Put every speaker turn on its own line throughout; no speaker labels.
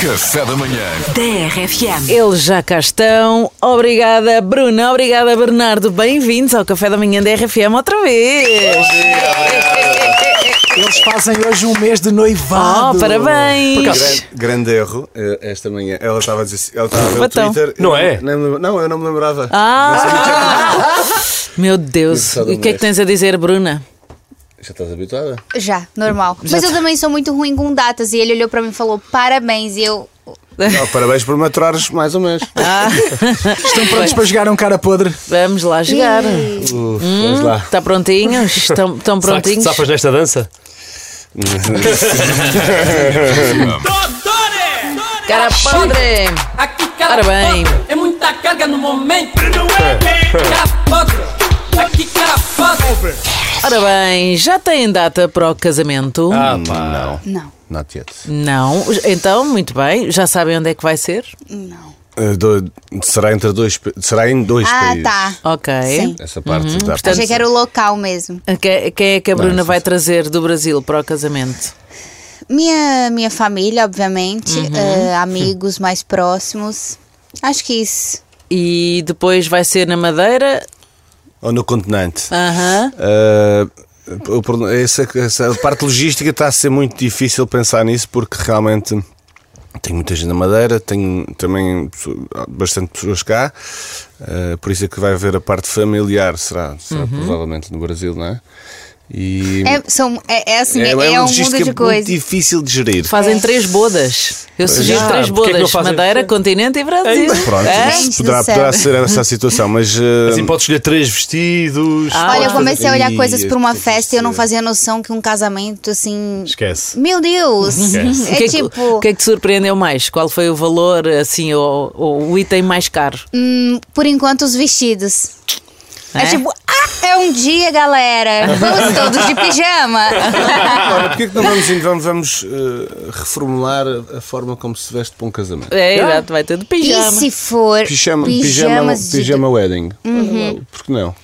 Café da manhã.
TRFM.
Eles já cá estão. Obrigada, Bruna. Obrigada, Bernardo. Bem-vindos ao Café da Manhã da RFM outra vez.
Eles fazem hoje um mês de noivado.
Oh, parabéns.
Grande, grande erro eh, esta manhã. Ela estava a dizer assim- ela estava a ver o
Então.
Twitter.
Não
Eu
é?
nem me- não, eu não me lembrava.
Ah! Meu Deus.
Engraçado
E o que é que
mesmo.
tens a dizer, Bruna?
Já estás habituada?
Já, tá. normal. Mas eu também sou muito ruim com datas. E ele olhou pra mim e falou parabéns. E eu.
Não, parabéns por maturares mais um ou menos.
Ah, é.
Estão prontos para jogar um cara podre?
Ah. Vamos lá jogar.
Uf, vamos lá.
Está prontinhos? Estão, estão
Será que
prontinhos?
te safas nesta dança?
Então.
Cara podre!
Aqui cara
Ora bem.
podre, é muita carga no momento. Cara podre, aqui cara podre.
Ora bem, já têm data para o casamento?
Ah, pá.
Não,
Hum, Not yet.
Não. Então, muito bem. Já sabem onde é que vai ser?
não.
Eh, do- será, entre dois, pa- será em dois
Ah,
países. Uhum.
tá.
Ok.
Sim.
Essa parte da
Achei que era o local mesmo.
Que- Quem é que a Bruna
sim,
vai trazer do Brasil para o casamento?
Minha, minha família, obviamente. eh, amigos mais próximos. Acho que isso.
E depois vai ser na Madeira?
Ou no
Ah,
continente.
Aham.
Eh, o problema- essa, essa parte logística está a ser muito difícil pensar nisso porque realmente tem muita gente na Madeira, tem também pesso- bastante pessoas cá, eh, por isso é que vai haver a parte familiar, será, será provavelmente no Brasil, não é? E
Uhum. É, são, é, é assim, é,
uma
é um
logística
mundo de
muito
coisas.
difícil de gerir.
Fazem três bodas. Eu sugiro
já,
três
porque é que não
bodas:
fazem?
Madeira, continente e Brasil.
Pronto,
É?
Gente do
poderá,
céu.
poderá ser essa a situação, mas eh,
Assim podes escolher três vestidos.
Ah,
Olha, eu
olha.
comecei a olhar
Ih,
coisas para uma
tem que
festa e eu não
ser.
fazia noção que um casamento assim.
Esquece.
Meu Deus!
Esquece.
O que,
É
é que,
tipo.
o que é que te surpreendeu mais? Qual foi o valor, assim, ou, ou o item mais caro?
Hum, por enquanto, os vestidos. É,
É?
tipo, ah, é um dia, galera. Vamos todos de pijama.
Olha, porquê que não vamos, vamos, vamos eh, reformular a- a forma como se veste para um casamento?
É,
Ah.
exato, vai ter de
e
pijama.
se for
Pijama, pijama,
pijamas de- Uhum.
pijama wedding. Por que não?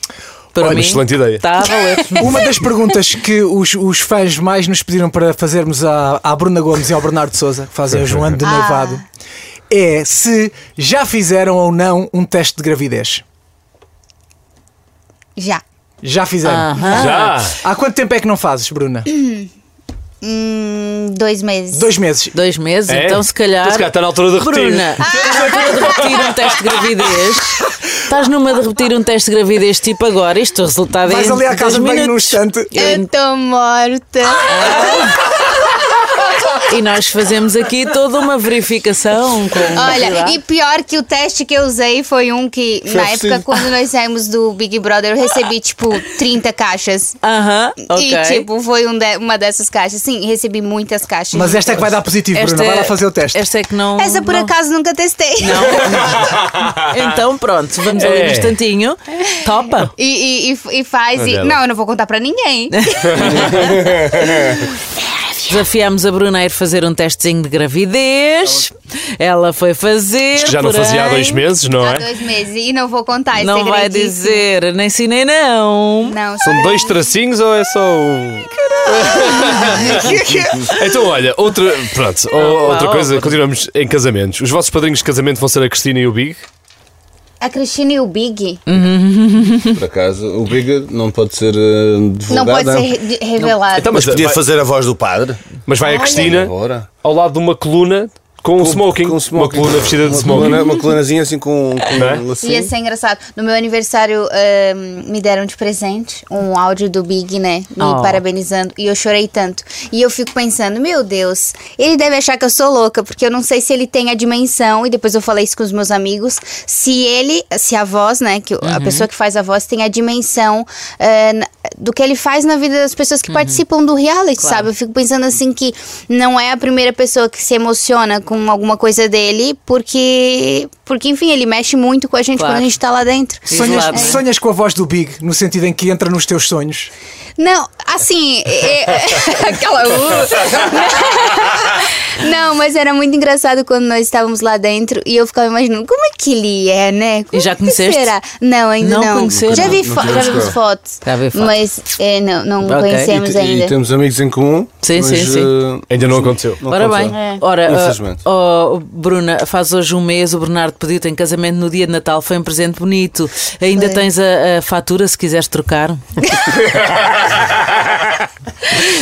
Para
Olha,
mim, tá
excelente ideia.
Está a valer.
Uma das perguntas que os, os fãs mais nos pediram para fazermos à, à Bruna Gomes e ao Bernardo Souza, que fazem hoje um ano de
Ah.
noivado, é se já fizeram ou não um teste de gravidez.
Já.
Já fizeram.
Aham.
Já!
Há quanto tempo é que não fazes, Bruna?
Hum, dois meses.
Dois meses.
Dois meses,
É?
então se calhar.
Então, se calhar está na altura de repetir.
Bruna, estás na altura de repetir um teste de gravidez. Estás numa de repetir um teste de gravidez tipo agora. Isto o resultado
Vais
é. em
ali à
dez
casa de banho num
minutos.
instante.
Eu tô morta.
Ah,
E nós fazemos aqui toda uma verificação com.
Olha, e pior que o teste que eu usei foi um que, na
Foi
época,
assim.
quando nós saímos do Big Brother, eu recebi, tipo, 30 caixas.
Aham, ok.
E, tipo, foi um de- uma dessas caixas. Sim, recebi muitas caixas.
Mas esta é que vai dar positivo, Bruna. Vai lá fazer o teste.
Esta é que não.
Essa por
não-
acaso nunca testei.
Então pronto, vamos ali um
É.
instantinho. Topa!
E, e- e- e faz. E,
Olha ela.
não, eu não vou contar pra ninguém.
Desafiámos a Bruna a ir fazer um testezinho de gravidez. Ela foi fazer.
Acho que já não
porém,
fazia há dois meses, não
Há
é?
dois meses. E não vou contar. é
Não vai
segredíssimo.
dizer, nem sim nem não.
Não,
São dois tracinhos ou é só um? então, olha, outra. Pronto, ou- outra
Ah, pá,
coisa,
outra.
continuamos em casamentos. Os vossos padrinhos de casamento vão ser a Cristina e o Big.
A Cristina e o Big
Por acaso, o Big não pode ser eh,
não
divulgado.
pode
né?
ser re- revelado.
Então,
Mas podia
vai,
fazer a voz do padre.
mas vai a Cristina
Agora.
ao lado de uma coluna com, um smoking.
Com um
Uma
smoking.
coluna vestida de
Uma
smoking.
coluna-
Uhum.
Uma colunazinha assim com, com
Não é?
um lacinho.
Ia ser engraçado. No meu aniversário, ahn, me deram de presente um áudio do Big, né? Me
Oh.
parabenizando. E eu chorei tanto. E eu fico pensando, meu Deus, ele deve achar que eu sou louca, porque eu não sei se ele tem a dimensão. E depois eu falei isso com os meus amigos. Se ele, se a voz, né? Que A pessoa que faz a voz tem a dimensão ah, na- do que ele faz na vida das pessoas que participam do reality, sabe? Eu fico pensando assim que não é a primeira pessoa que se emociona com alguma coisa dele, porque, porque enfim, ele mexe muito com a gente
Claro.
quando a gente tá lá dentro.
Isolado,
Sonhas,
né?
sonhas com a voz do Big, no sentido em que entra nos teus sonhos.
Não, assim. é- Aquela. uh. Não, mas era muito engraçado quando nós estávamos lá dentro e eu ficava imaginando como é que ele é, né?
E
Como
já
é que
conheceste?
Será? Não, ainda
Não
não.
conheceram?
Já vi,
Não
fo- já
tivemos
vimos
cá.
fotos.
Já vi fotos.
Mas é, não, não
Ok.
conhecemos
e,
ainda.
E temos amigos em comum.
Sim,
mas,
sim, sim.
eh,
Ainda não aconteceu.
não
Ora
aconteceu.
bem,
É.
ora,
Infelizmente.
ah, oh, Bruna, faz hoje um mês, o Bernardo pediu-te em casamento no dia de Natal, foi um presente bonito. Ainda
Foi.
tens a, a fatura se quiseres trocar.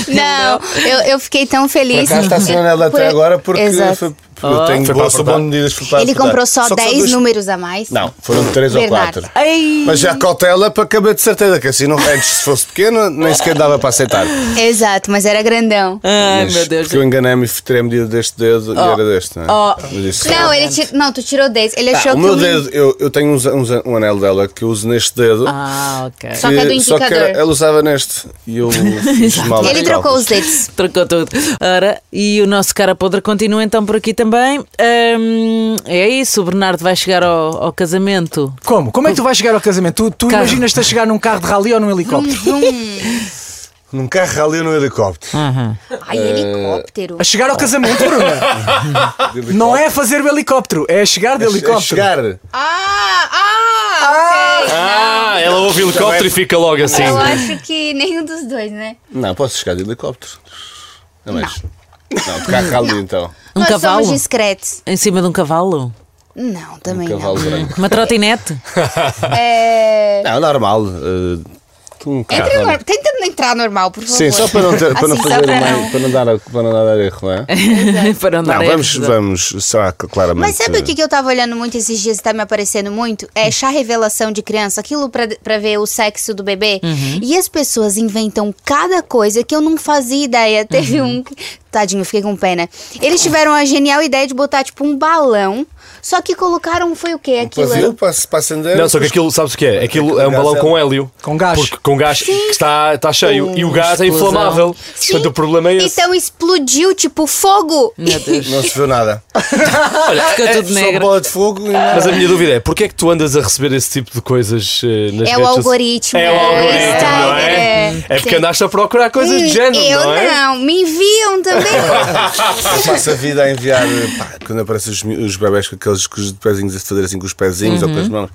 Não, eu, eu fiquei tão
Por
feliz.
acaso está assinalada
Por-
até agora porque
Exato.
foi, eu tenho
Ah. Foi para
bolsa
apertar.
bom de medidas foi para
Ele
apertar.
comprou só
que são
10
dois-
números a mais.
Não, foram 3 ou
Bernardo.
4.
Ei!
Mas já cautela para caber de certeza que assim não antes se fosse pequeno nem sequer dava para aceitar.
Exato, mas era grandão.
Ai,
Mas
meu Deus.
Porque eu enganei-me e tirei a medida deste dedo e era deste, não é?
Oh.
Mas isso-
Não, ele tir- não, tu tirou 10. Ele
Ah,
achou
o
que.
meu
o-
dedo, eu, eu tenho uns- uns- um anel dela que eu uso neste dedo.
Ah, ok.
Só que é do
só que
indicador.
ela usava neste e eu fiz mal.
Ele
aos
trocou
cálculos.
os dedos.
Trocou tudo. Ora, e o nosso cara podre continua então por aqui também. Ahm, é isso, o Bernardo vai chegar ao, ao casamento.
Como? Como é que tu vais chegar ao casamento? Tu, tu
Carro.
imaginas-te a chegar num carro de rally ou num helicóptero?
Num carro ali no helicóptero.
Ai, helicóptero.
É,
A chegar ao casamento, Bruna. Não é fazer o helicóptero, é chegar de
Ah, É
helicóptero.
chegar.
Ah, ah, ok.
Ah, ela ouve helicóptero e fica logo assim.
Eu acho que nenhum dos dois, né?
Não, posso chegar de helicóptero. Não, mas... não. de carro ali então.
Um
Nós
cavalo?
somos discretos.
Em cima de um cavalo?
Não, também
Um cavalo
não.
branco.
Uma trotinete?
É...
Não, normal. eh, um carro.
Entra normal. Tenta não entrar normal, por favor.
Sim, só para não, ter, para não
Assim, só
fazer
para
mais-
não.
para não dar, para não dar erro, não é?
Para andar
Não,
a
vamos,
erros.
vamos, será que claramente.
Mas
é.
sabe o que, que eu tava olhando muito esses dias e tá me aparecendo muito?
Hum.
É chá revelação de criança, aquilo pra, pra ver o sexo do bebê.
Uhum.
E as pessoas inventam cada coisa que eu não fazia ideia. Teve
Uhum.
um. que- Tadinho, eu fiquei com pena. Eles tiveram a genial ideia de botar, tipo, um balão, só que colocaram, foi o quê? é Aquilo.
Pavio
era-
para, para acender.
Não, só que aquilo, sabes o que é? Aquilo é um balão com hélio.
Com gás.
Porque com gás que está, está cheio. e o gás é
explosão.
inflamável.
Sim.
Portanto, o problema é esse.
Então explodiu, tipo, fogo!
Meu Deus.
Não se viu nada.
Ficou tudo
Só
negro.
bola de fogo e
Então-
nada.
Mas a minha dúvida é, porquê é que tu andas a receber esse tipo de coisas eh, nas
É o
redes sociais?
algoritmo.
É o algoritmo,
Está,
não é?
é.
É porque
Sim.
andaste a procurar coisas
Hum,
de género,
eu
não é?
não, me enviam também.
Eu passo a vida a enviar. pá, quando aparecem os, mi- os bebés com aqueles com os pezinhos a fazer assim com os pezinhos ou com
Uhum.
as mãos.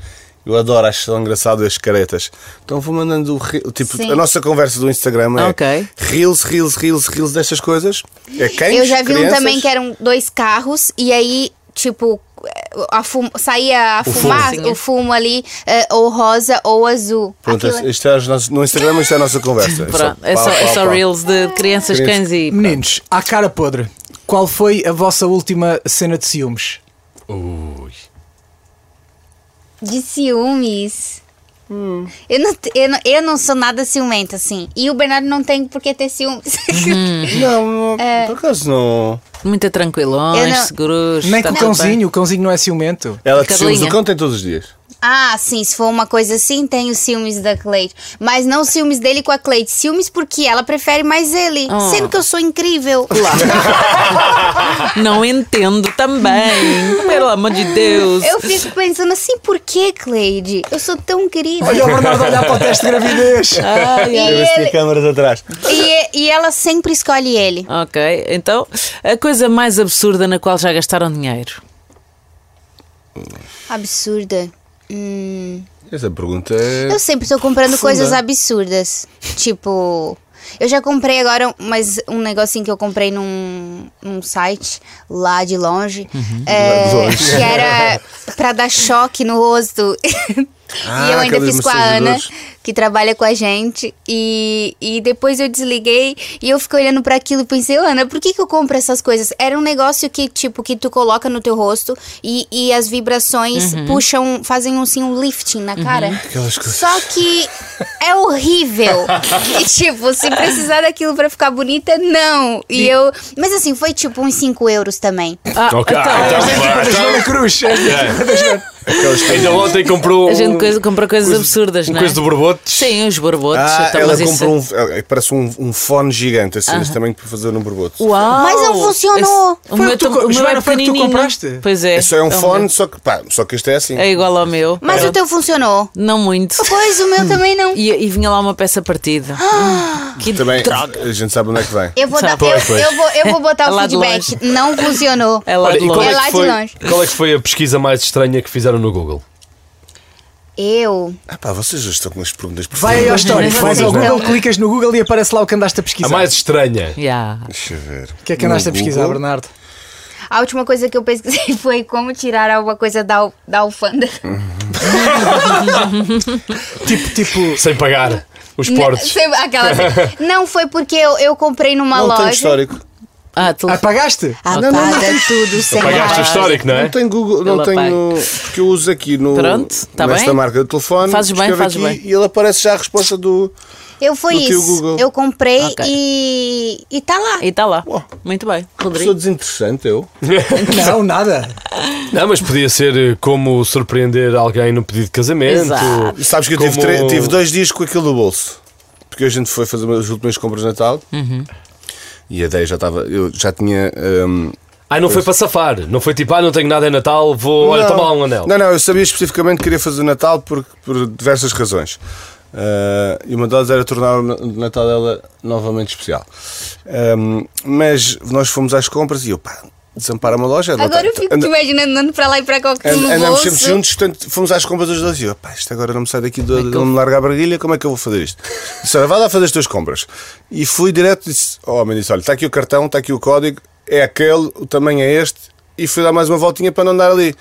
Eu adoro, acho tão engraçado as caretas. Então vou mandando. o re- Tipo,
Sim.
a nossa conversa do Instagram é.
Ok.
Reels, reels, reels, reels destas coisas. É quem?
Eu já vi um também que eram dois carros e aí, tipo, a fum- saía a fumaça,
fumo.
o fumo ali, eh, ou rosa ou azul.
Pronto,
Aquilo-
este é os nossos, no Instagram isto é a nossa conversa.
Pronto, é só,
pau,
é
pau,
só
pau.
reels de crianças,
Crianças.
cães e.
Meninos, à cara podre, qual foi a vossa última cena de ciúmes?
De ciúmes. Eu, não, te- eu, não, eu não sou nada ciumenta, assim. E o Bernardo não tem por que ter ciúmes.
Uhum. Não, não,
É.
por acaso não.
Muito
Eu
tranquilões,
não-
seguros.
Nem
está
com o
tudo bem.
cãozinho, o cãozinho não é ciumento.
Ela
Fica
te ciúmes
doinha.
do cão tem todos os dias.
ah, sim, se for uma coisa assim, tenho ciúmes da Cleide. Mas não ciúmes dele com a Cleide. Ciúmes porque ela prefere mais ele.
Ah.
Sendo que eu sou incrível.
Não entendo também. Pelo amor de Deus.
Eu fico pensando assim, por que, Cleide? Eu sou tão querida.
Olha o Bernardo a olhar para o teste de gravidez.
Ai, ai.
E
Eu tinha
ele-
câmaras atrás.
E, e ela sempre escolhe ele.
Ok, então a coisa mais absurda na qual já gastaram dinheiro.
Absurda. Hum,
Essa pergunta é.
eu sempre tô comprando
Profunda.
coisas absurdas. Tipo. Eu já comprei agora mas um negocinho que eu comprei num, num site lá de longe. é, que era pra dar choque no rosto. e eu
Ah,
ainda
aqueles
fiz com a Ana,
massageadores.
que trabalha com a gente. E, e depois eu desliguei e eu fiquei olhando pra aquilo e pensei, Ana, por que, que eu compro essas coisas? Era um negócio que, tipo, que tu coloca no teu rosto e, e as vibrações puxam, fazem um, assim, um lifting na cara. Só que é horrível. e, tipo, se precisar daquilo pra ficar bonita, não. E eu. Mas assim, foi tipo uns 5 euros também.
Ah,
Ok,
então,
então. É.
És da equipa da Joana Cruz. és da equipa da Joana.
Aquelas coisas.
Ainda ontem comprou.
A gente
um-
coisa- compra coisas
coisa-
absurdas,
um
não é?
coisa de borbotes.
Sim, os borbotes.
Ah,
então,
ela
mas isso-
comprou um. ela- Parece um, um fone gigante, assim, desse tamanho para fazer no borbote.
Uau!
Mas não funcionou.
Esse- O meu,
o que tu-
tam- o meu é
Joana, foi o que tu
pequenininho.
compraste?
Pois é.
É só é um
o
fone,
meu.
só que, pá, só que este é assim.
É igual ao meu.
Mas o teu funcionou.
Não muito.
Pois, o meu também não.
E, e vinha lá uma peça partida. que
Também
droga!
a gente sabe onde é que vem.
Eu vou, dar,
Sabe?
eu,
Pois, pois.
eu vou, eu vou botar
É
o
lá de
feedback. Não funcionou.
É lá
Olha,
de
e qual
longe.
é,
É lá
que
de
foi,
longe.
qual é que foi a pesquisa mais estranha que fizeram no Google?
Eu.
Ah, pá, vocês já estão com as perguntas
Vai
profundas.
ao Stories,
Não,
vais ao
assim,
não.
Google, clicas no Google e aparece lá o que andaste a
A
pesquisar.
mais estranha.
Yeah.
Deixa eu ver.
O que é que andaste
No
a pesquisar,
Google?
Bernardo?
A última coisa que eu pesquisei foi como tirar alguma coisa da, al- da alfândega.
Tipo, tipo.
Sem pagar os portos.
Sei- aquelas- Não foi porque eu, eu comprei numa
Não tem
loja.
histórico.
Ah, tu...
Apagaste?
Apaga tudo, sem
Pagaste o histórico, não
Não
é?
tenho Google,
Ele
não
apaga.
tenho. Porque eu uso aqui no.
Pronto, tá
nesta
bem.
marca do telefone.
Fazes bem,
escrevo
fazes
aqui
bem.
E ele aparece já a resposta do.
Eu foi
Do teu
isso.
Google.
Eu comprei
Ok.
e. e tá lá.
E está lá.
Uau.
Muito bem.
Pessoa
Rodrigo.
desinteressante, eu.
Não, nada.
Não, mas podia ser eh, como surpreender alguém no pedido de casamento.
Exato.
Sabes que eu tive,
Como-
tre- tive dois dias com aquilo no bolso. Porque a gente foi fazer as últimas compras de Natal.
Uhum.
E a ideia já estava. Eu já tinha. hum,
Ai, não foi para safar. Não foi tipo, ah, não tenho nada em Natal, vou. Olha, toma lá um anel.
Não, não, eu sabia especificamente que queria fazer o Natal por, por diversas razões. Ah, e uma delas era tornar o Na- o Natal dela novamente especial. Ahm, mas nós fomos às compras e eu, pá, desampara uma loja. anda-
Agora eu fico te
anda-
imaginando andando pra lá e pra cá com
And-
no
Andámos
bolso.
sempre juntos, portanto, fomos às compras dos dois e eu, pá, isto agora não me sai daqui, do, não me larga a barguilha, como é que eu vou fazer isto? Disse, olha, vai lá fazer as tuas compras. E fui direto e disse, oh, homem, disse, olha, está aqui o cartão, está aqui o código, é aquele, o tamanho é este, e fui dar mais uma voltinha para não andar ali.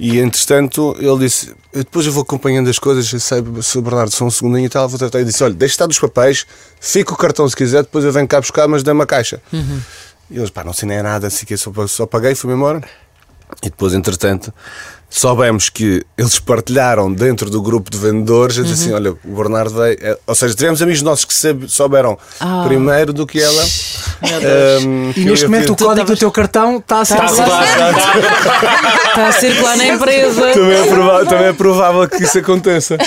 E entretanto ele disse: eu Depois eu vou acompanhando as coisas, eu sei, Sr. Bernardo, só um segundinho e tal, vou tratar. E disse: Olha, deixa estar dos papéis, fica o cartão se quiser, depois eu venho cá buscar, mas dá-me a caixa. E eles, pá, não sei nem nada, assim que eu só, só paguei, fui-me embora. E depois, entretanto, soubemos que eles partilharam dentro do grupo de vendedores, a dizer
Uhum.
assim: Olha, o Bernardo veio. é, Ou seja, tivemos amigos nossos que sabe- souberam
Ah.
primeiro do que ela. Ahm, que
E
Hum, eu
neste
ia
momento o
pedir.
código do teu cartão está a ser.
Tá a rodar. Está Tá a circular na empresa.
Também é provável- também é provável que isso aconteça.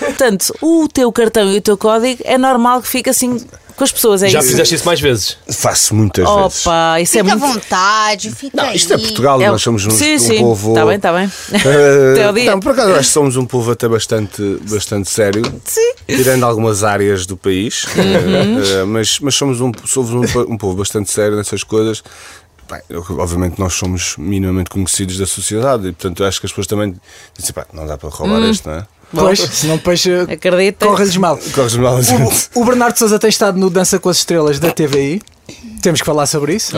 Portanto, o teu cartão e o teu código é normal que fique assim com as pessoas. É
Já
isso.
fizeste isso mais vezes.
Faço muitas vezes.
Opa, isso é
Fica à
muito.
vontade, fica aí.
Isto é Portugal,
É-
nós somos um,
sim,
um
sim.
povo.
Tá bem, tá bem.
Eh,
Até ao dia.
Não, por acaso acho que somos um povo até bastante, bastante sério,
Sim. Uhum.
tirando algumas áreas do país, eh, eh, mas, mas somos, um, somos um, po- um povo bastante sério nessas coisas. Bem, eu- obviamente nós somos minimamente conhecidos da sociedade e portanto eu acho que as pessoas também dizem, pá, não dá para roubar
Hum.
este, não é?
Pois, senão depois eh,
Acredita?
corre-lhes mal.
Corres mal, gente.
O, o Bernardo Souza tem estado no Dança com as Estrelas da TVI. Temos que falar sobre isso.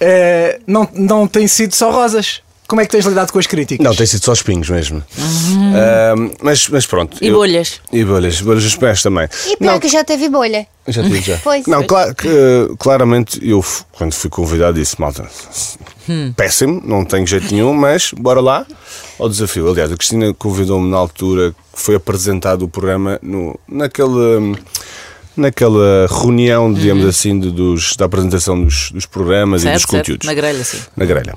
Eh, não, não tem sido só rosas. Como é que tens lidado com as críticas?
Não, tem sido só espinhos mesmo. Ah, mas, mas pronto.
Hum. E
eu-
bolhas.
E bolhas, bolhas nos pés também.
E pior que já teve bolha.
Já tive, já.
Pois.
Não, cla- que, uh, claramente, eu f- quando fui convidado disse, malta,
Hum.
péssimo, não tenho jeito nenhum, mas bora lá ao desafio. Aliás, a Cristina convidou-me na altura que foi apresentado o programa no, naquele... Naquela reunião, digamos assim, de- dos, da apresentação dos, dos programas e
Uhum. Certo,
dos
certo.
conteúdos.
Na grelha, Hum. sim.
Na grelha.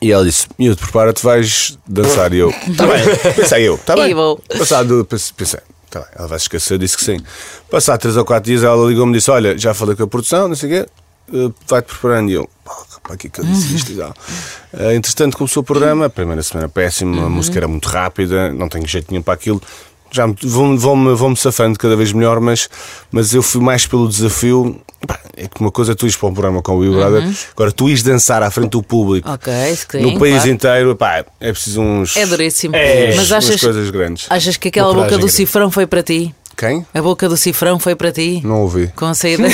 E ela disse: Miúdo, prepara-te, vais dançar. E eu, tá bem. Pensei eu, tá bem.
E vou.
Passado, pense- pensei, tá bem, ela vai se esquecer, disse que sim. Passado 3 ou 4 dias, ela ligou-me e disse: Olha, já falei com a produção, não sei o quê, eh, vai-te preparando. E eu, para que é que eu disse isto e tal? Eh, Entretanto, começou o programa, a primeira semana péssima, a música era muito rápida, não tenho jeito nenhum para aquilo. Já me- vão-me vão vão safando cada vez melhor, mas, mas eu fui mais pelo desafio. Pá, é que uma coisa é tu ires para um programa com o Big Brother, agora tu ires dançar à frente do público
Ok, sim,
no país
claro.
inteiro, pá, é preciso uns.
É duríssimo.
É.
Mas
umas
achas,
coisas grandes.
achas que aquela
Uma
boca do
coragem grande.
cifrão foi para ti?
Quem?
A boca do cifrão foi para ti?
Não ouvi.
Com a saída.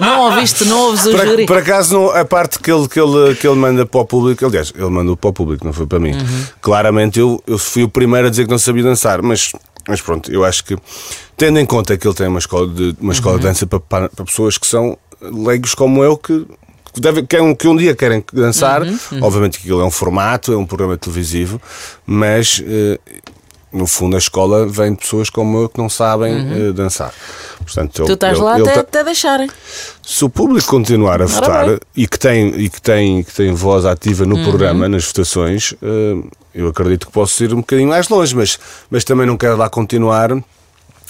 não ouviste, não ouves o
Por,
júri.
por acaso, não, a parte que ele, que, ele, que ele manda para o público, aliás, ele mandou para o público, não foi para mim.
Uhum.
Claramente, eu, eu fui o primeiro a dizer que não sabia dançar, mas, mas pronto, eu acho que, tendo em conta que ele tem uma escola de, uma escola
Uhum.
de dança para, para, para pessoas que são leigos como eu, que. que devem- Que, um, que um dia querem
Uhum,
é dançar, obviamente que aquilo é um formato, é um programa televisivo, mas eh, no fundo, a escola vem de pessoas como eu que não sabem eh, dançar. Portanto, eu-
Uhum. Tu estás
eu-
lá
eu
até,
ta-
até deixarem.
se o público continuar a votar
bem. Uhum.
e que tem e que tem que tem voz ativa no programa nas votações, eh, eu acredito que posso ir um bocadinho mais longe, mas mas também não quero lá continuar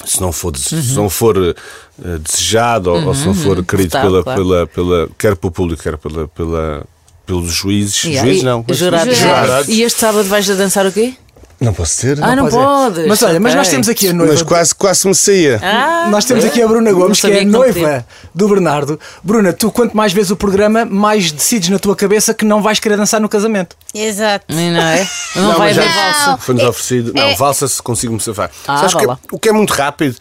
se não for des-
Uhum.
se não for eh, desejado ou- ou se não for querido
Votado,
pela,
claro.
pela pela quer pelo público quer pela pela pelos juízes,
Yeah.
juízes
E-
não, mas-
Jurados.
Jurados.
E este sábado vais a dançar o quê?
não posso ser,
Ah, não
Pois é.
podes.
Mas olha, mas nós
Ok.
temos aqui a noiva.
mas quase quase me saía.
Ah,
Nós temos aqui a Bruna
não
Gomes, que
sabia
é a
que não
noiva do Bernardo. Bruna, tu quanto mais vês o programa, mais decides na tua cabeça que não vais querer dançar no casamento.
Exato.
Não é? Não,
Não,
vai
mas
haver
é-
valsa.
Foi-nos oferecido. Não, valsa se consigo me safar.
Ah,
Sabes
vá
que
lá.
o que é muito rápido,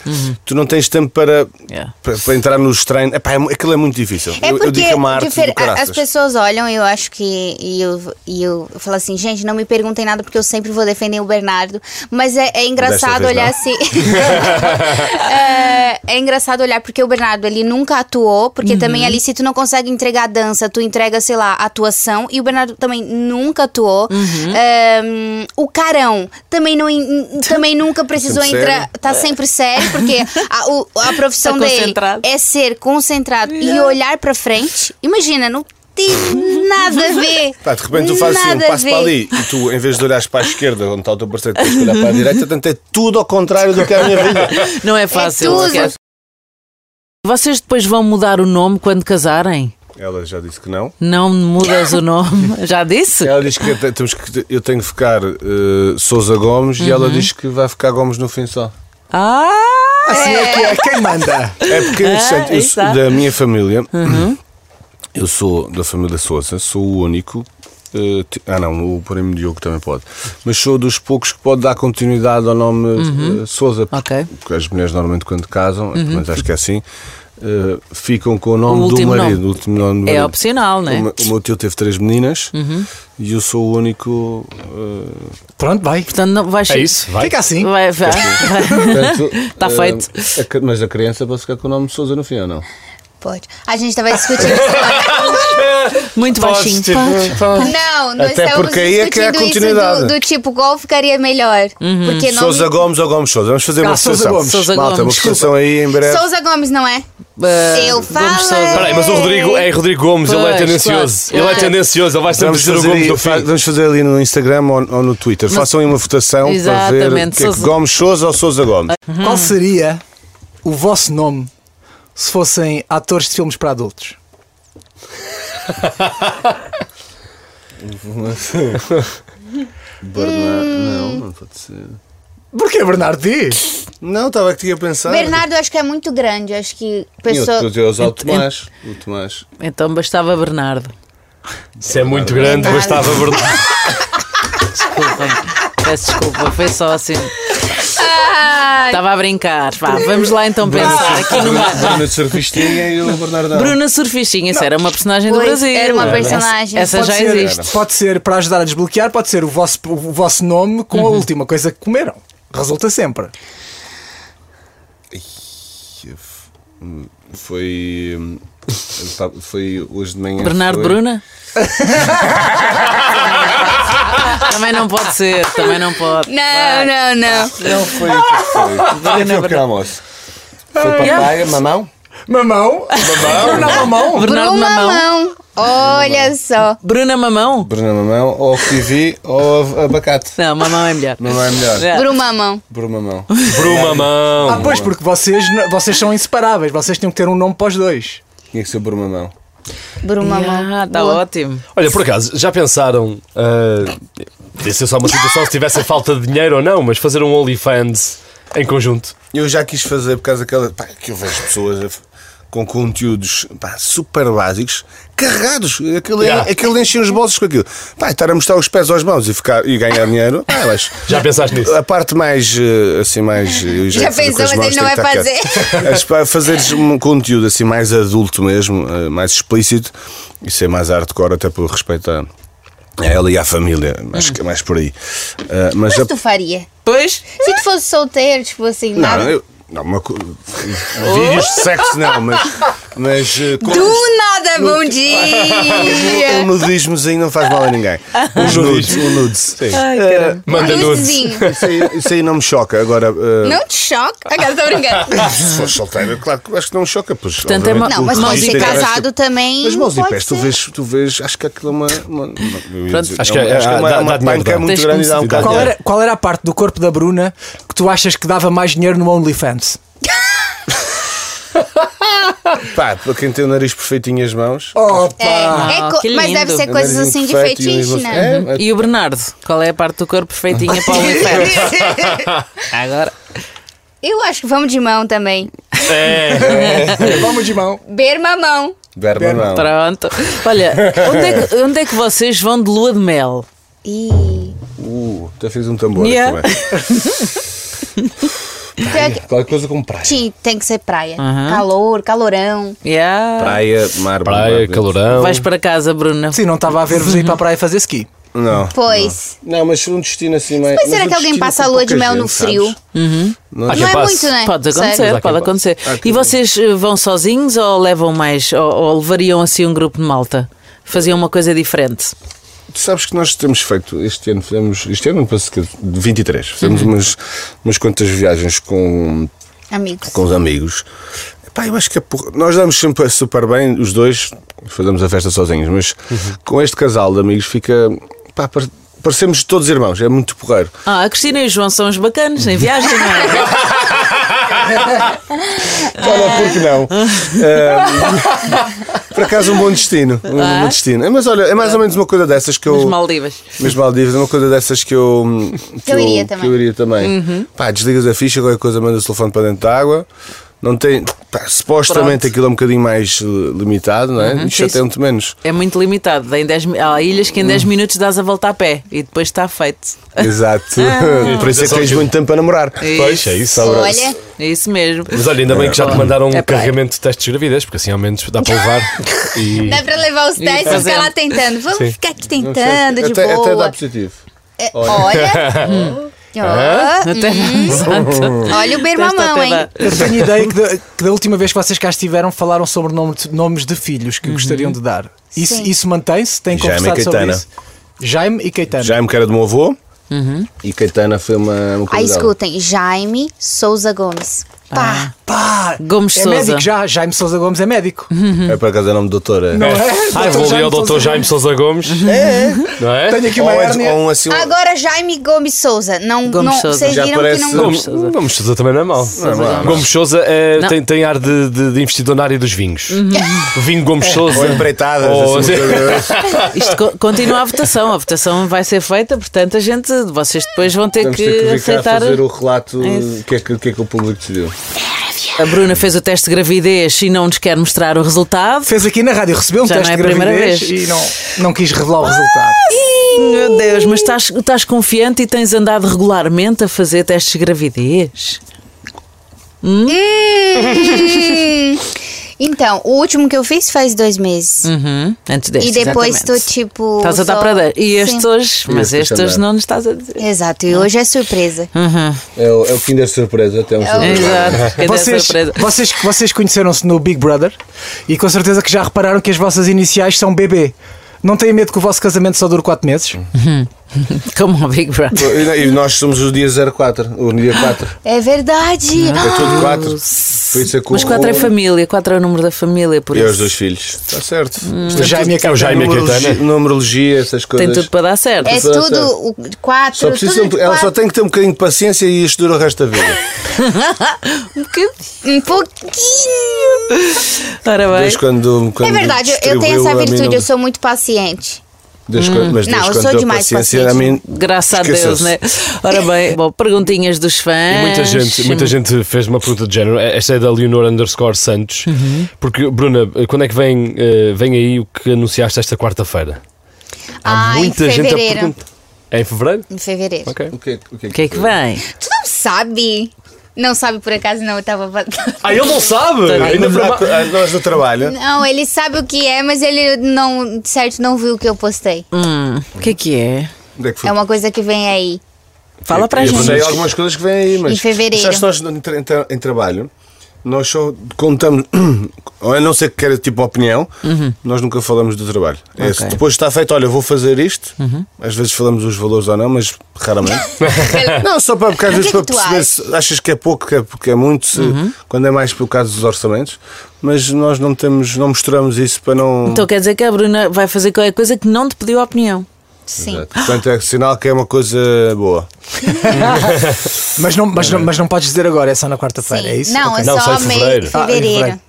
tu não tens tempo para,
Yeah.
para, para entrar nos treinos. Epá, é mu- aquilo é muito difícil.
É
eu, eu
porque
digo que é uma arte
difer-
do
a-
caraças.
as pessoas olham, eu acho que. E eu, e eu falo assim, gente, não me perguntem nada porque eu sempre vou defender o Bernardo. Mas é, é engraçado
vez
olhar
não.
assim. é, é engraçado olhar porque o Bernardo ele nunca atuou, porque também ali, se tu não consegue entregar dança, tu entrega, sei lá, atuação. E o Bernardo também nunca atuou. É, hum, o Carão também, não, en- também nunca precisou
Sempre
entrar.
sério. É.
Tá sempre sério, porque a, o- a profissão
Tá
dele
concentrado.
é ser concentrado e olhar pra frente. Imagina, não tem nada a ver.
Pá, de repente tu fazes assim, um
Nada a
passo
ver.
para ali e tu, em vez de olhares para a esquerda, onde está o teu parceiro, tens que olhar para a direita, tanto é tudo ao contrário do que é a minha vida.
Não é fácil.
tudo.
esquece. Vocês depois vão mudar o nome quando casarem?
Ela já disse que não.
Não mudas o nome. Já disse?
Ela diz que, te- temos que te- eu tenho que ficar eh, Sousa Gomes e ela diz que vai ficar Gomes no fim só.
Ah!
Assim é que é, quem manda?
É porque interessante,
Ah,
eu
aí
sou
está. Uhum.
da minha família, eu sou da família Souza, sou o único. eh, ti- ah, não, o primo Diogo também pode. Mas sou dos poucos que pode dar continuidade ao nome eh, Sousa. porque-
Uhum. Ok. Uhum.
Porque as mulheres normalmente, quando casam, pelo menos acho que é assim, eh, ficam com o
O
nome do
último
marido.
nome.
O último nome do
É
marido.
opcional, Uhum. não é?
O, me- o meu tio teve três meninas e eu sou o único. eh,
Pronto, vai.
Portanto, não vais.
É isso, vai.
Fica assim.
Vai, vai.
portanto,
Tá
eh,
feito.
a cri- mas a criança pode ficar com o nome Souza no fim ou não?
Pode. A gente tava discutindo isso.
Muito baixinho.
tipo,
Não, nós
Até
estávamos
porque aí é que é a
discutindo isso
continuidade.
do, do tipo qual ficaria melhor. Porque nome...
Sousa Gomes ou Gomes Sousa? Vamos fazer
Ah,
uma
Sousa
votação.
Gomes.
Sousa
Malta, uma
Gomes.
votação aí em breve.
Souza Gomes, não é?
Eh,
Eu
Gomes
falo.
Sousa.
é.
Espera aí, mas o Rodrigo é Rodrigo Gomes, ele é
Pois,
tendencioso.
claro.
Ele é tendencioso, ele vai sempre
Vamos
dizer o
fazer,
Gomes
aí,
no fim.
fa- vamos fazer ali no Instagram ou, ou no Twitter. Façam aí uma votação para ver
Exatamente,
o que é que
Sousa-
Gomes Sousa ou Sousa Gomes.
Uhum.
Qual seria o vosso nome se fossem atores de filmes para adultos?
Não, não pode ser.
Porquê, Bernardo? Diz.
Não, estava que tinha pensado.
Bernardo, eu acho que é muito grande. Eu acho que pessoa.
Eu, eu, eu, o Tomás. O Tomás.
Então bastava Bernardo.
Isso é muito grande,
Bernardo.
bastava verdade.
Desculpem. Peço desculpa, foi só assim.
Ah,
Estava a brincar. Vá, vamos lá então pensar aqui numa.
Bruna de Surfistinha e o Bernardão.
Bruna Surfistinha, isso era uma personagem do
Pois,
Brasil.
era uma
Essa-
personagem.
Essa,
Pode
já
ser-
existe.
Pode ser, para ajudar a desbloquear, pode ser o vosso, o vosso nome com a
Uhum.
última coisa que comeram. Resulta sempre.
Foi. hum, tá- Foi hoje de manhã.
Bernardo
foi-
Bruna? também não pode ser, também não pode.
não, não, não.
Não foi o que foi. Olha aqui o que é almoço. Foi papaya, mamão?
Mamão? Mamão? Não, mamão.
Bernardo
Bruma
Mamão.
Mão. Olha só.
Bruna Mamão?
Bruna Mamão ou kiwi ou abacate.
Não, Mamão é melhor.
Mamão é melhor.
Já.
Bruma Mão.
Bruna Mamão.
Bruma
Ah,
mão.
pois, porque vocês, n- vocês são inseparáveis, vocês tinham que ter um nome para os dois.
Tinha que ser Bruna Mamão.
Bruma
Ah,
Mão.
está
Boa.
ótimo.
Olha, por acaso, já pensaram. ah, Podia ser só uma situação se tivessem falta de dinheiro ou não, mas fazer um OnlyFans em conjunto.
Eu já quis fazer por causa daquela. Pá, que eu vejo pessoas a f- com conteúdos pá, super básicos, carregados. Aquilo, é-
Yeah.
aquilo enchem os bolsos com aquilo. Pá, estar a mostrar os pés aos mãos e, ficar, e ganhar dinheiro. Pá, mas
Já pensaste nisso?
a parte mais eh, assim, mais. eu
Já
ia fazer com
pensou,
as
mas ele
mãos,
não é
tenho
vai
que estar quieto. As- pá, Fazeres um conteúdo assim mais adulto mesmo, eh, mais explícito, isso é mais hardcore, até por respeito a. a ela e à família, acho que é mais por aí. Eh, mas a-
O que Hum. tu faria?
Pois,
Se tu fosse solteiro, tipo assim,
Não,
nada.
eu, não uma, co- vídeos de sexo não, mas, Mas eh, com
Do nada, bom dia!
um nudismozinho não faz mal a ninguém. Os nudes, o nudes.
Ai, caramba.
Manda nudes.
Nudezinho.
Isso aí, isso aí não me choca. Agora, eh,
Não te choca? Agora tô brincando.
se for solteiro, claro que acho que não me choca. Pois,
Portanto, é
obviamente,
uma-
o
Não, mas
Mãos
quando
registro
e
ser
é
pés.
casado também.
Mas mãos e
pode
pés, tu
ser.
vês, tu vês, acho que aquilo é uma. uma- uma- eu ia dizer,
acho que é-
uma-
é-
uma,
dá-
uma
dá dinheiro,
panca
dá.
muito
Tens
grande e
que
dá um bocado
Qual
de
era, qual era a parte do corpo da Bruna que tu achas que dava mais dinheiro no OnlyFans?
dinheiro. Pá, para quem tem o nariz perfeitinho e as mãos.
Oh,
É,
Opa!
é
Ah,
co-
que
mas
lindo.
deve ser
o
coisas
narizinho
assim de
perfeito e
fetiche,
os-
né?
É,
E o Bernardo? Qual é a parte do corpo perfeitinha para o inferno? Agora.
Eu acho que vamos de mão também.
É.
Vamos de mão.
Berma mão.
Verba não.
Pronto. Olha, onde é, que, onde é que vocês vão de lua de mel?
Ih.
Uh, até fiz um tambor
Yeah.
aqui bem. Qualquer coisa como praia.
Sim, tem que ser praia.
Aham.
Calor, calorão.
Yeah.
Praia, mar,
Praia,
mar-
calorão.
Vais para casa, Bruna.
Sim, não estava a ver-vos ir para a praia fazer ski.
Não.
Pois.
Não, mas um destino assim mais.
Mas será que alguém passa a lua de mel no frio?
Não,
Acho
Não
que
é
passa.
muito, né?
Pode
Sério.
acontecer,
Mas há quem
pode acontecer. E vocês eh, vão sozinhos ou levam mais? Ou, ou levariam assim um grupo de malta? Faziam uma coisa diferente?
Tu sabes que nós temos feito este ano, fizemos, este ano, parece que é de 23, fizemos umas, umas quantas viagens com,
Amigos.
com os amigos. Pá, eu acho que a porra- nós damos sempre super bem, os dois, fazemos a festa sozinhos, mas com este casal de amigos fica. Pá, pare- parecemos todos irmãos, é muito porreiro.
Ah, a Cristina e o João são os bacanos em viagem, não é?
Olha, por que não? Ahm, por acaso, um bom destino. Um bom destino. É, Mas olha, é mais ou menos uma coisa dessas que eu.
As Maldivas.
Mas Maldivas é uma coisa dessas que eu.
Eu iria também.
Que eu iria também. Pá, desligas a ficha, qualquer coisa manda o telefone para dentro da água. Não tem. pá, supostamente
Pronto.
aquilo é um bocadinho mais eh, limitado, não é? Isto
sim,
até
sim.
muito menos.
É muito limitado. Em 10 mi- há ilhas que em
Hum.
10 minutos dás a volta a pé e depois está feito.
Exato. Por isso é que
Só
tens
que-
muito tempo para namorar.
Pois, é isso.
Olha, então
É isso mesmo.
Mas olha, ainda bem que já te mandaram um
É praia.
carregamento de testes de gravidez, porque assim ao menos dá para levar. E
dá pra levar os testes e ficar lá
fazendo.
tentando. Vamos
Sim.
ficar aqui
Não sei,
tentando, de
até, até dá
boa.
positivo.
É, Olha. Hum. Ó, hum.
Até Exato.
Olha
Testa
o bermamão,
até
hein?
dá.
Eu tenho ideia que da, que da última vez que vocês cá estiveram falaram sobre nome de- nomes de filhos que gostariam de dar. Isso,
Sim.
isso mantém-se? Tem
Jaime e
conversado sobre
Caetano.
isso? Jaime e Caetano.
Jaime, é um que era do meu avô, e Caetana foi uma, uma
Aí
coisa. dela.
escutem, Jaime Souza Gomes. Pá,
Pá,
Gomes
é
Sousa.
médico já. Jaime Souza Gomes é médico.
É para casa nome de doutora.
Não é?
Ai,
Dr.
vou ali
Jaime
ao Dr.
Sousa
Jaime Sousa Gomes. Não é?
Tenho aqui
Ou
uma
é-
hérnia.
ou um assim, um-
Agora Jaime Gomes Souza. Não,
Ah. Gomes
não,
Sousa.
Vocês
Já
viram
parece-
que não.
Gomes, Gomes Sousa também não é mau.
mau.
Gomes Sousa é-
Não.
tem, tem ar de, de- de investidor na área dos vinhos.
Uhum.
Vinho Gomes Sousa.
ou empreitadas.
Ou-
assim, uma coisa-
Isto co- continua a votação. A votação vai ser feita, portanto, a gente, vocês depois vão ter
Temos
É que,
ter que vir cá
aceitar.
fazer o relato
É isso.
o que, é que, o que é que o público decidiu.
A Bruna fez o teste de gravidez e não nos quer mostrar o resultado.
Fez aqui na rádio, recebeu um
Já
teste
não é
de
a primeira
gravidez
vez. Ah,
e não, não quis revelar o resultado.
Meu Deus, mas estás, estás confiante e tens andado regularmente a fazer testes de gravidez?
Hum. Então, o último que eu fiz faz dois meses.
Uhum, antes deste,
e depois estou
exatamente. Tá,
tipo.
Estás a dar
só-
para dar. E Hum.
Sim.
estes hoje, mas
este
estes
também.
hoje não nos estás a dizer.
Exato, e hoje é surpresa.
Uhum.
É o, é o Kinder Surpresa, até um surpresa.
Exato. Cadê a
Vocês,
surpresa?
vocês, vocês conheceram-se no Big Brother e com certeza que já repararam que as vossas iniciais são BB. Não têm medo que o vosso casamento só dure 4 meses?
Como o Big Brother.
E e nós somos o dia 04, o dia 4.
É verdade.
Hum.
É
Ah,
todo 4. Por isso é que
Mas
o-
quatro é família, quatro é o número da família, por
E aos
isso.
dois filhos. Está Tá certo.
O Jaime
É o Jaime
Numerologia,
Caetano.
numerologia, essas coisas.
Tem tudo para dar certo.
é
Tudo
tudo o quatro.
Só precisa,
tudo
ela só
quatro.
tem que ter um bocadinho de paciência e isto dura o resto da vida.
Um bocadinho.
Um pouquinho.
Ora bem.
Desde quando, quando
É verdade, eu- eu tenho
Então, distribuiu
essa
a mim
virtude,
no-
eu sou muito paciente.
Desde quando, mas
Não,
desde
eu
quando
sou
deu
demais
paciência,
paciente.
a mim.
Graças a Deus,
esqueceu-se.
né? Ora bem, bom, perguntinhas dos fãs.
E
Ah,
muita gente, muita gente fez uma pergunta de género. Esta é da Leonor underscore Santos. Porque, Bruna, quando é que vem, eh, vem aí o que anunciaste esta quarta-feira?
Ah, em fevereiro.
É em fevereiro?
Em fevereiro.
Ok.
O que é que- o que é
O que é que vem?
Tu não sabe? Não sabe por acaso, não, eu tava.
Ah, ele não sabe! Ainda para ma-
Ah, Nós do trabalho.
Não, ele sabe o que é, mas ele não, certo, não viu o que eu postei.
Hum, o que é que é?
Onde é que foi?
É uma coisa que vem aí.
Fala para a
Eu sei
gente.
algumas coisas que vêm aí, mas.
Em fevereiro.
Sabes, nós em, tra- em tra- em trabalho Nós só contamos, ou a não ser que queira tipo opinião, nós nunca falamos do trabalho. É, se
Uhum. Ok. Uhum.
depois está feito, olha, vou fazer isto. Às vezes falamos os valores ou não, mas raramente. não, só para, porque às
O que
vezes
é
para
que tu
perceber se achas que é pouco, que é, que é muito, se-
Uhum.
quando é mais pelo caso dos orçamentos. Mas nós não temos, não misturamos isso para não.
Então quer dizer que a Bruna vai fazer qualquer coisa que não te pediu a opinião.
Sim.
Exato. Portanto, é sinal que é uma coisa boa.
Mas não, mas, não, mas não podes dizer agora, é só na quarta-feira,
Sim.
é isso?
Não,
Ok.
é
Não, só
só
em
meio
fevereiro.
fevereiro.
Ah, em fevereiro.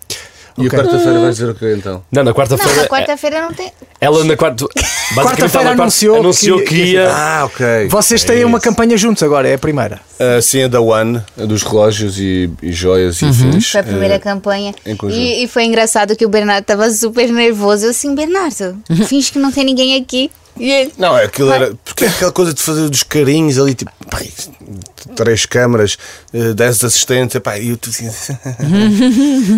E
Ok.
a quarta-feira vai dizer o que então?
Não, na
Não,
quarta-feira. é-
na quarta-feira não tem.
Ela na quarta. basicamente,
Quarta-feira
ela na quarta-
anunciou que-
anunciou que, ia.
Ah, ok.
Vocês têm uma campanha juntos agora, é a primeira.
Ah, sim, a da One, a dos relógios e, e joias
Uhum.
e afins.
Foi a primeira
Ah,
campanha.
em conjunto.
E, e foi engraçado que o Bernardo tava super nervoso. Eu assim, Bernardo, finge que não tem ninguém aqui. E ele.
Não, é aquilo era. Porque é aquela coisa de fazer dos carinhos ali, tipo, pá, isso, três câmaras, eh, dez assistentes, pá, e eu tu assim.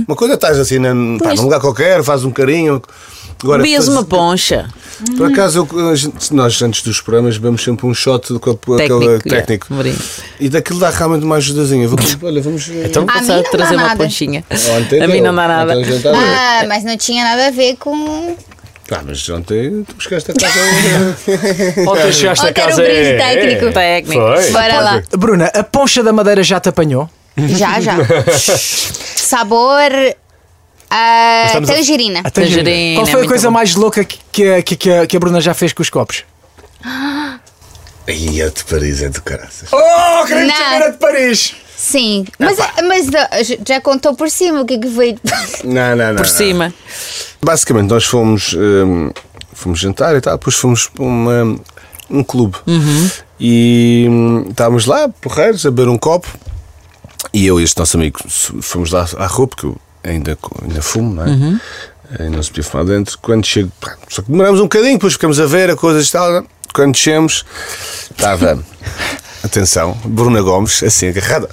uma coisa estás assim, na, pá,
Pois.
num lugar qualquer, faz um carinho. Agora,
Bebias
faz-
uma poncha.
Por acaso, eu- a gente- nós antes dos programas bebemos sempre um shot com a- com
Técnico. é.
aquele
yeah,
técnico.
Marinho.
E daquilo dá realmente uma ajudazinha. Vou- olha, vamos. eh,
Então,
Ah,
Vou
mim
só
não dá
trazer uma
nada.
ponchinha.
ontem
a mim
deu.
não dá nada.
Ontem a gente estava-
Ah, mas não tinha nada a ver com.
Ah, mas ontem tu buscaste a casa.
Ontem chegaste a
Ontem era um
casa.
brinde
é, é.
técnico.
Técnico.
Foi.
Bora lá.
Bruna, a poncha da madeira já te apanhou?
Já, já. Sabor. ah,
estamos a-
tangerina.
A tangerina.
Tangerina,
Qual foi a
muito
coisa
bom.
mais louca que, que, que- que a- que a Bruna já fez com os copos?
Aí a de Paris é do caraças.
Oh,
queremos Não. saber a
de Paris!
Sim. Mas, mas ah, já contou por cima o que, que foi.
Não, não, não.
Por cima.
Basicamente, nós fomos, hum, fomos jantar e tal, depois fomos para uma- um clube.
Uhum.
E hum, estávamos lá, porreiros, a beber um copo. E eu e este nosso amigo su- fomos lá à rua, porque eu ainda, co- ainda fumo, não é?
Uhum.
Ainda não se podia fumar dentro. Quando chego, pá, só que demorámos um bocadinho, depois ficamos a ver a coisa e tal. não é? Quando chegamos, estava. Atenção, Bruna Gomes, assim, agarrada,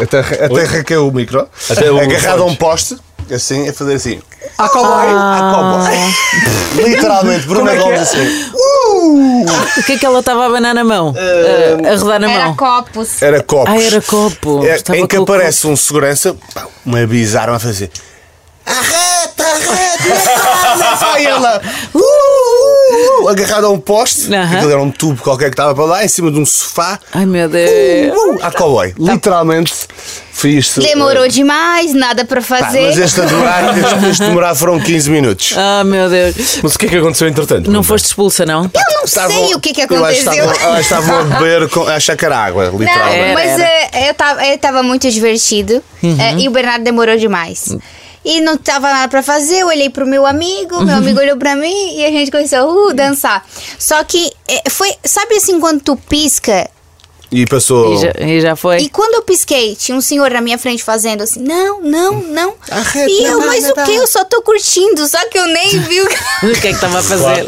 até, até arranquei o micro,
Até o
agarrada a um
microfone.
poste, assim, a fazer assim.
A cowboy! Ah.
Ah, como? Literalmente, Bruna
Como é que
Gomes
é?
assim.
O que é que ela estava a abanar na mão?
Hum.
Ah, a rodar na
Era
mão.
copos.
Era copos.
Ah, era copo.
É,
Estava
em que
com o copo.
aparece um segurança, pá, uma bizarra a fazer. Arreta, arreta, arreta! Aí ela. Uh, uh, uh, agarrada a um poste,
Aham.
aquilo era um tubo qualquer que estava para lá, em cima de um sofá.
Ai meu Deus.
Uh, uh, a cowboy.
Tá.
Literalmente, fiz isto.
Demorou demais, nada pra
Pá,
fazer.
mas este a demorar, este, este a demorar foram 15 minutos.
Ah, meu Deus.
Mas o que é que aconteceu entretanto?
Não foste expulsa, não?
Eu não Ah, sei o que, é que aconteceu.
Eu acho que estavam- estavam a beber, com, a achar que era água,
Não,
literalmente.
mas
Era, Uhum.
eh, eu, tava, eu tava muito divertido eh, e o Bernardo demorou demais.
Hum.
E não tava nada pra fazer, eu olhei pro meu amigo,
Uhum.
meu amigo olhou pra mim e a gente começou a dançar. Só que eh, foi, sabe assim, quando tu pisca
E passou.
E já, e já foi.
E quando eu pisquei, tinha um senhor na minha frente fazendo assim, não, não, não. E eu, mas o que? Eu só tô curtindo, só que eu nem vi o que...
O que é que estava a fazer?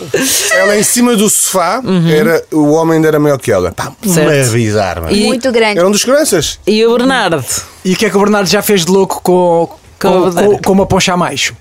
Ela em cima do sofá, era, o homem ainda era maior que ela. Pá,
Uhum. Certo.
uma bizarra.
E-
Muito grande.
Era um dos crianças.
E o Bernardo?
E o que é que o Bernardo já fez de louco com,
Com a
com,
madeira.
com- com uma poncha a mais?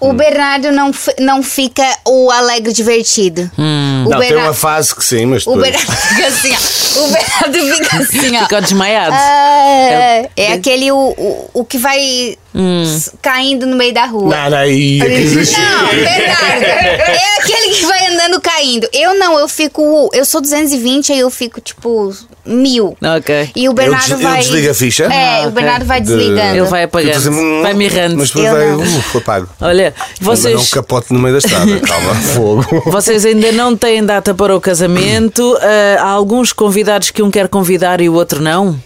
O Bernardo não, fi- não fica o alegre divertido.
Hum.
O
não, tem
Bernardo-
uma fase que sim, mas
O
depois-
Bernardo fica assim, ó. O Bernardo fica assim, ó.
Ficou desmaiado.
É, é aquele o, o, o que vai
Hum.
s- caindo no meio da rua.
Não, não, e
Não, Bernardo. É aquele que vai andando caindo. Eu não, eu fico. Eu sou 220, aí eu fico tipo mil.
Ok.
E o Bernardo
des- ele
vai.
desliga a ficha?
É,
Ah,
o Bernardo
ok.
vai desligando.
Ele vai apagando. Vai mirrando.
um- Mas depois
Eu
vai,
não.
uf, apago.
Olha,
Vocês... um
vocês,
capote no meio da estrada, calma, fogo.
vocês ainda não têm data para o casamento. Ah, há alguns convidados que um quer convidar e o outro não?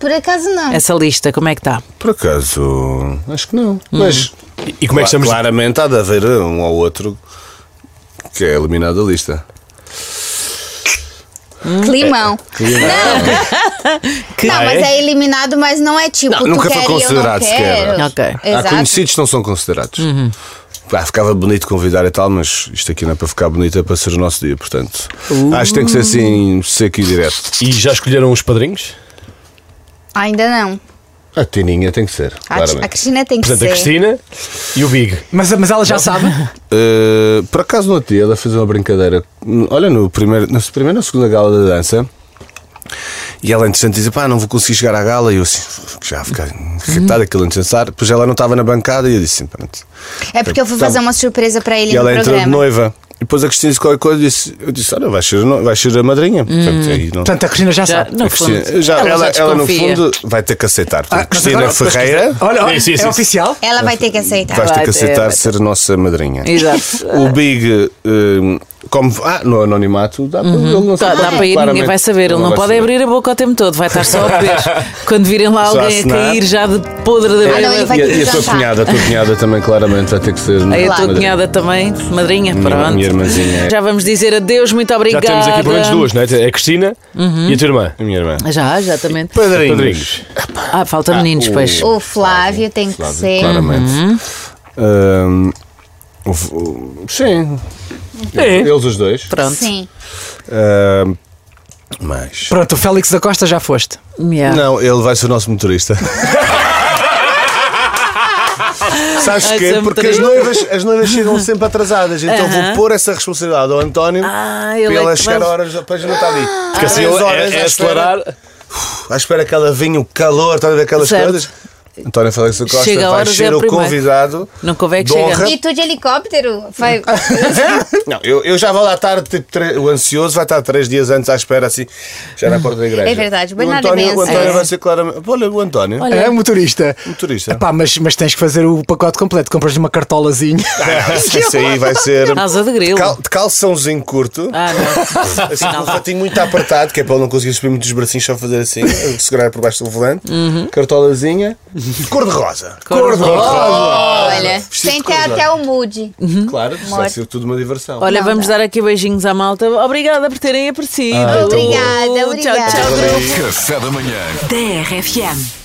Por acaso não.
Essa lista, como é que está?
Por acaso, acho que
Hum.
não. Mas
E, e como é que
cla-
estamos?
claramente há de haver um ou outro que é eliminado da lista.
Climão.
Que-
Não, mas é eliminado, mas não é tipo.
Ah, Não,
tu
nunca foi
quer e eu não
considerado sequer.
quero.
Ok.
Há
Exato.
conhecidos que não são considerados.
Uhum.
Pá, ficava bonito convidar e tal, mas isto aqui não é para ficar bonito, é para ser o nosso dia, portanto. Acho que tem que ser assim, seco e direto.
E já escolheram os padrinhos?
Ainda não.
A Tininha tem que ser,
A, Ti- a
claramente.
Cristina tem que
Portanto, a
ser.
Cristina e o Big.
Mas, mas ela já sabe.
Uh, por acaso, no outro dia, ela fez uma brincadeira. Olha, no primeiro, na primeira ou segunda gala da dança, E ela, entretanto, dizia: pá, não vou conseguir chegar à gala. E eu, assim, já ficar irritado, aquilo incensar. Pois ela não estava na bancada e eu disse: assim, pronto.
É porque eu fui fazer uma surpresa para ele
E
no
ela entrou de
programa.
noiva. E depois a Cristina disse qualquer coisa e disse, eu disse: olha, vais ser, a no- vais ser a madrinha. Portanto, aí não-
Portanto, a Cristina já,
Já,
sabe.
no
a Cristina-
fundo,
já- ela,
já
ela, no
desconfia.
fundo, vai ter que aceitar. Portanto,
Ah, mas
Cristina
agora-
Ferreira,
Olha,
Sim,
olha
sim,
é
sim.
oficial.
Ela vai ter que aceitar.
vais ter
Vai
que
ter, vai
aceitar
ter.
ser a nossa madrinha.
Exato.
O Big, eh, como. Ah, no anonimato, dá para, ele não
Tá,
sabe,
dá para ir, ninguém
claramente.
vai saber. Ele não
vai
pode
saber.
abrir a boca o tempo todo, vai estar só a beber. Quando virem lá
Só a
alguém a
assinar.
cair já de podre da
Ah, não, ele
bêbada.
E
vai ter
a,
que
e a tua
jantar.
cunhada, a tua cunhada também claramente vai ter que ser.
Aí a tua
madrinha.
cunhada também, madrinha,
Minha-
pronto.
minha irmãzinha. é
Já vamos dizer adeus, muito
Já
obrigada.
temos aqui pelo menos duas, não é? A Cristina
Uhum.
e a tua irmã.
A minha irmã.
Já, exatamente.
Padrinhos.
Padrinhos.
Ah, falta meninos,
o-
pois.
O Flávio tem que ser.
Claramente.
Uhum.
Hum, Ahm, houve- houve- sim. Eles os dois. Hum,
Pronto.
Sim.
Ahm, mas.
Pronto, o Félix da Costa já foste.
Yeah.
Não, ele vai ser o nosso motorista. Sabes
Vai
quê?
ser
Porque as
motorista.
noivas, as noivas chegam sempre atrasadas, então vou pôr essa responsabilidade ao António
Ah,
para
ele é
ele
que Ah.
chegar
vai-
a horas, depois não está ali.
Porque assim
Três
ele
horas
é, é
à espera.
acelerar.
à espera que ela vinha, o calor, estás a ver aquelas
Certo.
coisas. António Félix da Costa
Chega a
vai
horas,
ser
é o
o
primeiro.
convidado.
Não convém que
de
chegue.
honra.
E tu de helicóptero? Vai...
Não, eu, eu já vou lá tarde, tipo, tre- o ansioso vai estar três dias antes à espera, assim, já na porta da igreja.
É verdade,
o
Bernardo
António, o
Mendes.
António
É.
vai ser claramente. Olha, o António.
Olha.
É motorista.
Motorista.
Epá, mas, mas tens que fazer o pacote completo. Compras uma cartolazinha.
Ah, Isso aí vai ser.
Asa de grilo.
Cal, de calçãozinho curto,
Ah, não.
assim, com um fatinho muito apertado, que é para ele não conseguir subir muito os bracinhos, só fazer assim, segurar por baixo do volante, cartolazinha, cor-de-rosa.
Olha,
Vestido
sem
de
ter
cor-de-rosa.
até o mood.
Claro, isto vai
Morte.
ser tudo uma diversão.
Olha,
Não,
vamos
não.
dar aqui beijinhos à malta. Obrigada por
então
terem aparecido.
Obrigada,
Tchau,
obrigada.
tchau, grupo.
Café da manhã.
TRFM.